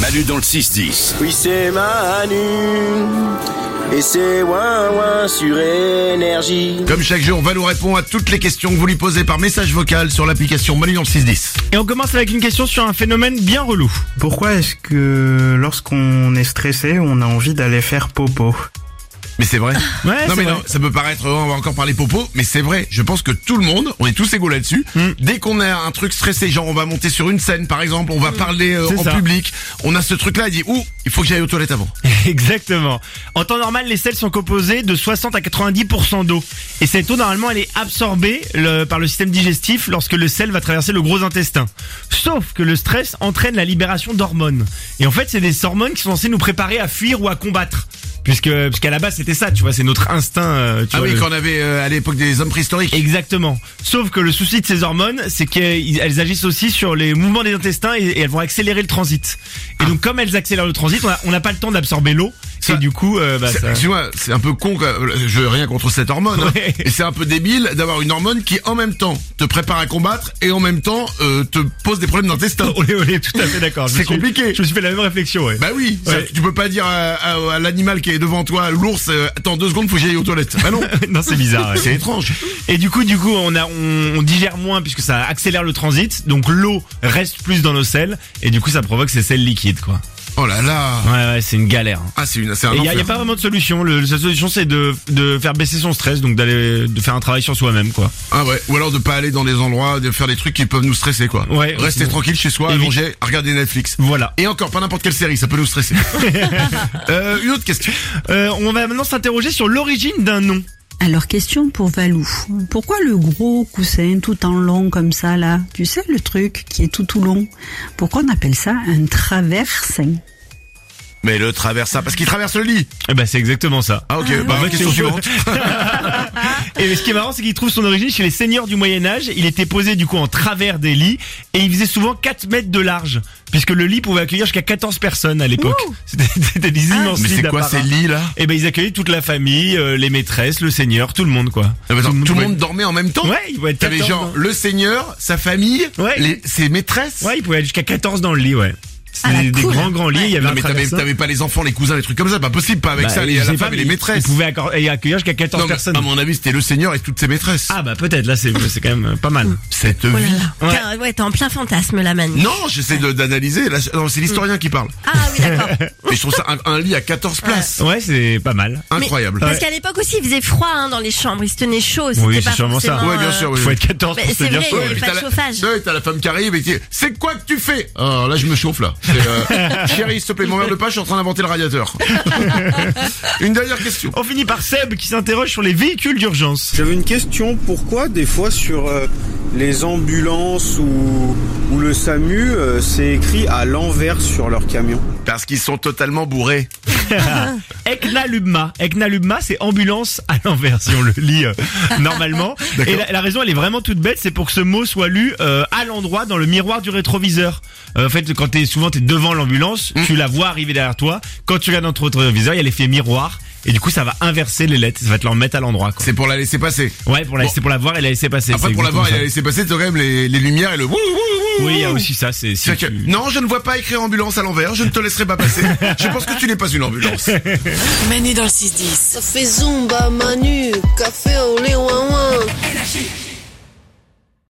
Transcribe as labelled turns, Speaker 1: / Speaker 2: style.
Speaker 1: Manu dans le 6-10.
Speaker 2: Oui, c'est Manu. Et c'est ouin ouin sur énergie.
Speaker 3: Comme chaque jour, Valou répond à toutes les questions que vous lui posez par message vocal sur l'application Manu dans le 610.
Speaker 4: Et on commence avec une question sur un phénomène bien relou.
Speaker 5: Pourquoi est-ce que lorsqu'on est stressé, on a envie d'aller faire popo
Speaker 3: Mais c'est vrai.
Speaker 4: Ouais,
Speaker 3: non
Speaker 4: c'est
Speaker 3: mais
Speaker 4: vrai.
Speaker 3: non, ça peut paraître, oh, on va encore parler popo, mais c'est vrai. Je pense que tout le monde, on est tous égaux là-dessus.
Speaker 4: Mm.
Speaker 3: Dès qu'on a un truc stressé, genre on va monter sur une scène par exemple, on va parler euh,
Speaker 4: Mm. C'est
Speaker 3: en
Speaker 4: ça.
Speaker 3: public, on a ce truc-là, il dit, ouh, il faut que j'aille aux toilettes avant.
Speaker 4: Exactement. En temps normal, les sels sont composés de 60 à 90% d'eau. Et cette eau, normalement, elle est absorbée le- par le système digestif lorsque le sel va traverser le gros intestin. Sauf que le stress entraîne la libération d'hormones. Et en fait, c'est des hormones qui sont censées nous préparer à fuir ou à combattre. Puisque, puisqu'à la base, c'était ça, tu vois, c'est notre instinct. euh, tu
Speaker 3: Ah
Speaker 4: vois,
Speaker 3: oui,
Speaker 4: le-
Speaker 3: quand on avait euh, à l'époque des hommes préhistoriques.
Speaker 4: Exactement. Sauf que le souci de ces hormones, c'est qu'elles agissent aussi sur les mouvements des intestins et, et elles vont accélérer le transit. Et donc, comme elles accélèrent le transit, on a- on n'a pas le temps d'absorber l'eau.
Speaker 3: Ça-
Speaker 4: et du coup, euh, bah,
Speaker 3: C'est-
Speaker 4: ça-
Speaker 3: Excuse-moi, c'est un peu con, quoi. je veux rien contre cette hormone, hein.
Speaker 4: Ouais.
Speaker 3: et c'est un peu débile d'avoir une hormone qui en même temps te prépare à combattre et en même temps euh, te pose des problèmes d'intestin.
Speaker 4: Olé, olé, tout à fait d'accord. Je me
Speaker 3: C'est
Speaker 4: suis-
Speaker 3: compliqué.
Speaker 4: Je me suis fait la même réflexion, ouais.
Speaker 3: Bah oui,
Speaker 4: Ouais.
Speaker 3: c'est- tu peux pas dire à, à- à l'animal qui est devant toi, l'ours, euh, attends deux secondes, faut que j'aille aux toilettes. Bah non,
Speaker 4: non, c'est bizarre. ouais.
Speaker 3: c'est étrange.
Speaker 4: Et du coup, du coup, on a, on, on digère moins puisque ça accélère le transit, donc l'eau reste plus dans nos selles et du coup, ça provoque ces selles liquides, quoi.
Speaker 3: Oh là là,
Speaker 4: Ouais, ouais, c'est une galère. hein.
Speaker 3: ah c'est une, c'est un
Speaker 4: Et il y, a-
Speaker 3: enfer.
Speaker 4: y a pas vraiment de solution. Le, la solution, c'est de, de faire baisser son stress, donc d'aller, de faire un travail sur soi-même, quoi.
Speaker 3: Ah ouais, ou alors de pas aller dans des endroits, de faire des trucs qui peuvent nous stresser quoi.
Speaker 4: Ouais,
Speaker 3: Rester
Speaker 4: sinon-
Speaker 3: tranquille chez soi,
Speaker 4: Et oui.
Speaker 3: allongé, à regarder Netflix.
Speaker 4: Voilà.
Speaker 3: Et encore, pas n'importe quelle série, ça peut nous stresser. euh, une autre question.
Speaker 4: Euh, on va maintenant s'interroger sur l'origine d'un nom.
Speaker 6: Alors, question pour Valou. Pourquoi le gros coussin tout en long comme ça, là Tu sais, le truc qui est tout tout long. Pourquoi on appelle ça un traversin
Speaker 3: Mais le traversa, parce qu'il traverse le lit.
Speaker 4: Eh ben, c'est exactement ça.
Speaker 3: Ah ok, bah
Speaker 4: ouais.
Speaker 3: question suivante.
Speaker 4: Et ce qui est marrant, c'est qu'il trouve son origine chez les seigneurs du Moyen Âge. Il était posé du coup en travers des lits et il faisait souvent 4 mètres de large, puisque le lit pouvait accueillir jusqu'à 14 personnes à l'époque. C'était c'était des
Speaker 6: Ah.
Speaker 4: immenses
Speaker 3: Mais
Speaker 4: lits
Speaker 3: c'est quoi
Speaker 4: d'apparat.
Speaker 3: ces lits là
Speaker 4: Eh ben ils accueillaient toute la famille, euh, les maîtresses, le seigneur, tout le monde quoi.
Speaker 3: Ah, bah, attends, Tout le monde
Speaker 4: pouvait-
Speaker 3: dormait en même temps
Speaker 4: Ouais, il pouvait être
Speaker 3: T'avais
Speaker 4: 14.
Speaker 3: genre le seigneur, sa famille,
Speaker 4: Ouais.
Speaker 3: les- ses maîtresses.
Speaker 4: Ouais, il pouvait être jusqu'à 14 dans le lit, ouais.
Speaker 6: Ah,
Speaker 4: C'était
Speaker 6: la
Speaker 4: des, des
Speaker 6: cool.
Speaker 4: grands grands lits, il y avait
Speaker 3: Non
Speaker 4: un
Speaker 3: mais t'avais,
Speaker 4: traversin.
Speaker 3: t'avais pas les enfants, les cousins, les trucs comme ça, pas possible, pas avec
Speaker 4: Bah,
Speaker 3: ça, les,
Speaker 4: je
Speaker 3: la
Speaker 4: sais
Speaker 3: femme
Speaker 4: pas,
Speaker 3: et les
Speaker 4: mais
Speaker 3: maîtresses.
Speaker 4: Il pouvait accor- et accueillir jusqu'à 14
Speaker 3: Non, mais
Speaker 4: personnes.
Speaker 3: à mon avis, c'était le seigneur et toutes ses maîtresses.
Speaker 4: Ah bah peut-être là c'est c'est quand même pas mal.
Speaker 3: Cette
Speaker 7: Oh là
Speaker 3: vie.
Speaker 7: là.
Speaker 4: Ouais.
Speaker 7: T'as- Ouais, t'es en plein fantasme, la manie.
Speaker 3: Non, j'essaie de- d'analyser. là, Non, c'est l'historien qui parle.
Speaker 7: Ah oui, d'accord.
Speaker 3: Mais je trouve ça un, un lit à 14 places.
Speaker 4: Ouais, c'est pas mal.
Speaker 7: Mais-
Speaker 3: Incroyable.
Speaker 7: Parce qu'à l'époque aussi, il faisait froid hein, dans les chambres. Il se tenait chaud.
Speaker 4: Oui,
Speaker 7: c'était
Speaker 4: c'est
Speaker 7: pas
Speaker 4: sûrement ça.
Speaker 7: forcément,
Speaker 3: Ouais, bien sûr,
Speaker 7: euh,
Speaker 3: oui.
Speaker 4: Faut être 14
Speaker 7: Mais
Speaker 4: pour se
Speaker 7: c'est
Speaker 4: dire
Speaker 7: vrai,
Speaker 4: chaud.
Speaker 7: il y avait pas
Speaker 3: t'as
Speaker 7: de
Speaker 3: la-
Speaker 7: chauffage.
Speaker 3: ouais, t'as la femme qui arrive et qui dit C'est quoi que tu fais Alors là, je me chauffe là. C'est, euh, Chérie, s'il te plaît, m'emmerde pas, je suis en train d'inventer le radiateur. Une dernière question.
Speaker 4: On finit par Seb qui s'interroge sur les véhicules d'urgence.
Speaker 8: J'avais une question, pourquoi des fois sur euh, les ambulances ou, ou le SAMU, euh, c'est écrit à l'envers sur leur camion
Speaker 3: Parce qu'ils sont totalement bourrés.
Speaker 4: Eknalubma. Eknalubma, c'est ambulance à l'envers si on le lit euh, normalement. Et la, la raison, elle est vraiment toute bête, c'est pour que ce mot soit lu euh, à l'endroit dans le miroir du rétroviseur. Euh, en fait, quand t'es souvent t'es devant l'ambulance, tu la vois arriver derrière toi. Quand tu regardes dans ton rétroviseur, il y a l'effet miroir. Et du coup, ça va inverser les lettres, ça va te leur mettre à l'endroit. quoi.
Speaker 3: C'est pour la laisser passer.
Speaker 4: Ouais, pour la,
Speaker 3: Bon.
Speaker 4: c'est pour la voir et la laisser passer.
Speaker 3: Après,
Speaker 4: c'est
Speaker 3: pour l'avoir, il
Speaker 4: exactement
Speaker 3: a laissé passer, t'as quand même les, les lumières et le. wouh, wouh,
Speaker 4: ça.
Speaker 3: wouh,
Speaker 4: Oui, il y a
Speaker 3: wouh.
Speaker 4: aussi ça. C'est si
Speaker 3: C'est que-
Speaker 4: tu-
Speaker 3: Non, je ne vois pas écrire ambulance à l'envers, je ne te laisserai pas passer. je pense que tu n'es pas une ambulance.
Speaker 9: Manu dans le 6-10. Ça fait Zumba, Manu, café au lait, ouin ouin.